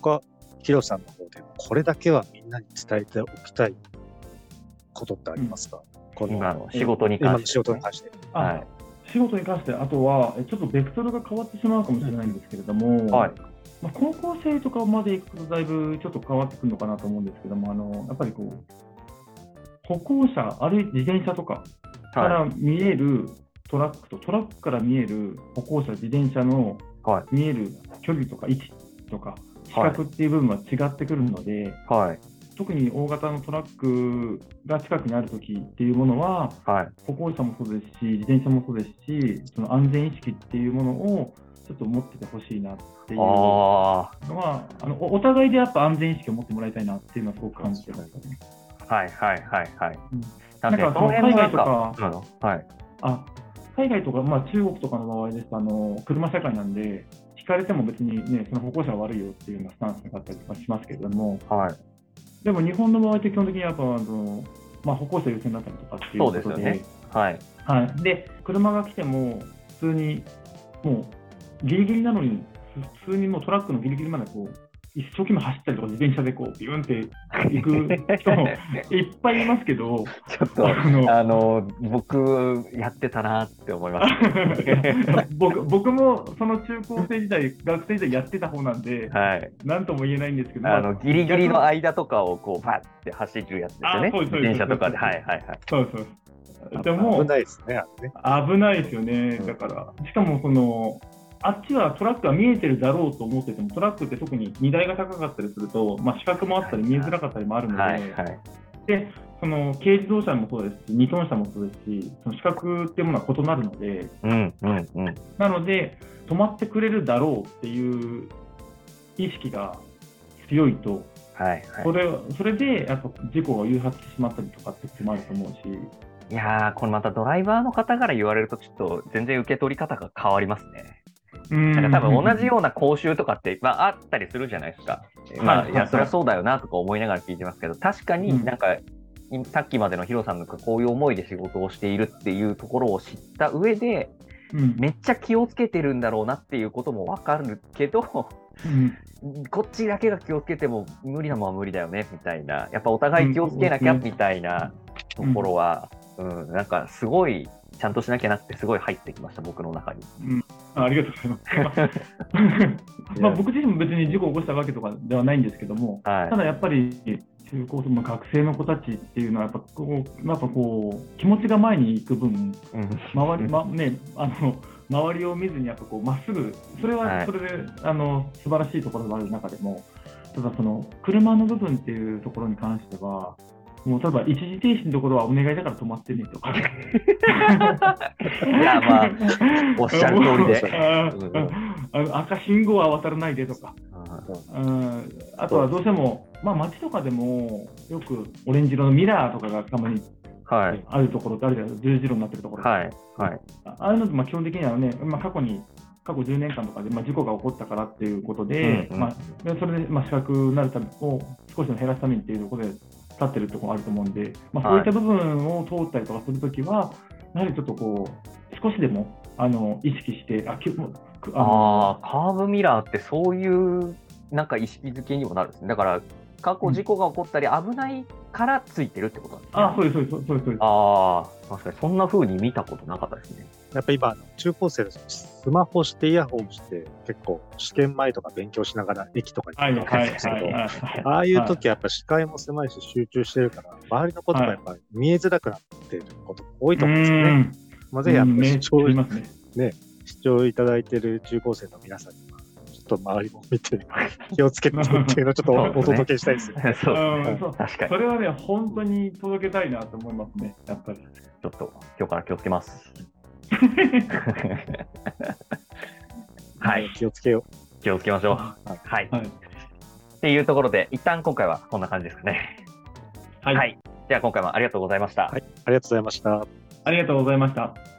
こはヒロさんの方で、これだけはみんなに伝えておきたいことってありますか、この今の仕事に関して今の仕事に関して。あはい。仕事に関して、あとは、えちょっとベクトルが変わってしまうかもしれないんですけれども、はい。まあ、高校生とかまで行くと、だいぶちょっと変わってくるのかなと思うんですけども、あのやっぱりこう、歩行者、歩いて自転車とかかはら見えるトラックと、トラックから見える歩行者、自転車のは見える距離とか位置とか、視はい覚っていう部分は違ってくるので、い。はい。特に大型のトラックが近くにあるときっていうものは、はい。歩行者もそうですし、自転車もそうですし、その安全意識っていうものをちょっと持っててほしいなっていうのあは、あのおお互いでやっぱ安全意識を持ってもらいたいなっていうのはすごく感じてますね。あ。はいはいはいはいうん。なんで、なんそかの辺もなん海か外、と今のはい。あ海外とか、まあ、中国とかの場合ですとあの、車社会なんで、引かれても別に、ね、その歩行者は悪いよっていうようなスタンスがあったりとかしますけれども、はい。でも日本の場合って基本的にやっぱあの、まあ、歩行者優先だったりとかっていうそこうですとよで、ね。はい。はい、で車が来ても普通にもうギリギリなのにふ普通にもうトラックのギリギリまでこう一生懸命走ったりとか自転車でこうビュンって行く人 もいっぱいいますけどちょっ と、あのあの、僕、やってたなって思います。 僕僕もその中高生時代学生時代やってた方なんではい。何とも言えないんですけどあの、ギリギリの間とかを、こう、バッって走るやつですよね。あそうです自そうです転車とかで。はいはいはい。そうそうそうでも危ないですね、あれね。危ないですよね、うんだから、しかもその、あっちはトラックが見えてるだろうと思ってても、トラックって特に荷台が高かったりすると、まあ、視覚もあったり、見えづらかったりもあるので、はいはい。でその軽自動車もそうですし、2トン車もそうですし、その視覚っていうものは異なるので、うんうんうん。なので、止まってくれるだろうっていう意識が強いと、はいはいそ。れそれでやっぱ事故が誘発してしまったりとかって困ると思うし。いやー、これまたドライバーの方から言われると、ちょっと全然受け取り方が変わりますね。なんか多分同じような講習とかって、まあ、あったりするじゃないですか。まあ、いや、それはそうだよなとか思いながら聞いてますけど、確かになんか、いさっきまでのヒロさんのこういう思いで仕事をしているっていうところを知った上で、うんめっちゃ気をつけてるんだろうなっていうこともわかるけど、うんこっちだけが気をつけても無理なもんは無理だよねみたいな、やっぱお互い気をつけなきゃうんみたいなところは、うんなんかすごいちゃんとしなきゃなってすごい入ってきました、僕の中に。あありがとうございます。 まあ、僕自身も別に事故を起こしたわけとかではないんですけども、はいただやっぱり中高生、まあ学生の子たちっていうのはやっぱこう、やっぱこう気持ちが前に行く分、うん周り,、まね、あの周りを見ずにやっぱこうまっすぐ、それははいそれで、あの素晴らしいところがある中でも、ただその車の部分っていうところに関しては、もう例えば一時停止のところはお願いだから止まってねとか。いや、まあ、おっしゃる通 りで。あうんーあの赤信号は渡らないでとか、 うんあとはどうしても、まあ、街とかでもよくオレンジ色のミラーとかがたまにはい。あるところってあるじゃないですか、十字路になってるところ、はい。はい。あああいうのってまあ基本的にはね、まあ、過去に過去10年間とかで、まあ、事故が起こったからっていうことで、うんうんまあ、でそれで、まあ、視覚になるためを少しでも減らすためにっていうところで立ってるところあると思うんで、まあ、そういった部分を通ったりとかするときは、やはりちょっとこう少しでもあの意識して、あきもうくあのああ、カーブミラーってそういうなんか意識づけにもなるんですね。だから、過去事故が起こったり危ないからついてるってことなんですね。あ、そうです、そうです、そうですそうです。ああ、確かにそんな風に見たことなかったですね。やっぱ今、中高生ですスマホしてイヤホンして、結構試験前とか勉強しながら駅とかはい、行はっい、たはりいとかすると、はい。ああいう時はやっぱ視界も狭いし集中してるから、周りのことがやっぱり見えづらくなってることが多いと思うんですよね。まあ、ぜひあうんのめっ視ちゃ聴いますね。視聴いただいてる中高生の皆さんには、ちょっと周りも見て、気をつけてっていうのをちょっとお,、 そうで届すねけしたいですよね。そううんですねそう確かに。それはね、本当に届けたいなと思いますね、やっぱり。ちょっと今日から気をつけます。はい、気をつけよ気をつけましょう。ははい。い。っていうところで、一旦今回はこんな感じですかね。はいはい。では今回もありがとうございました。う。ありがとうございました。ありがとうございました。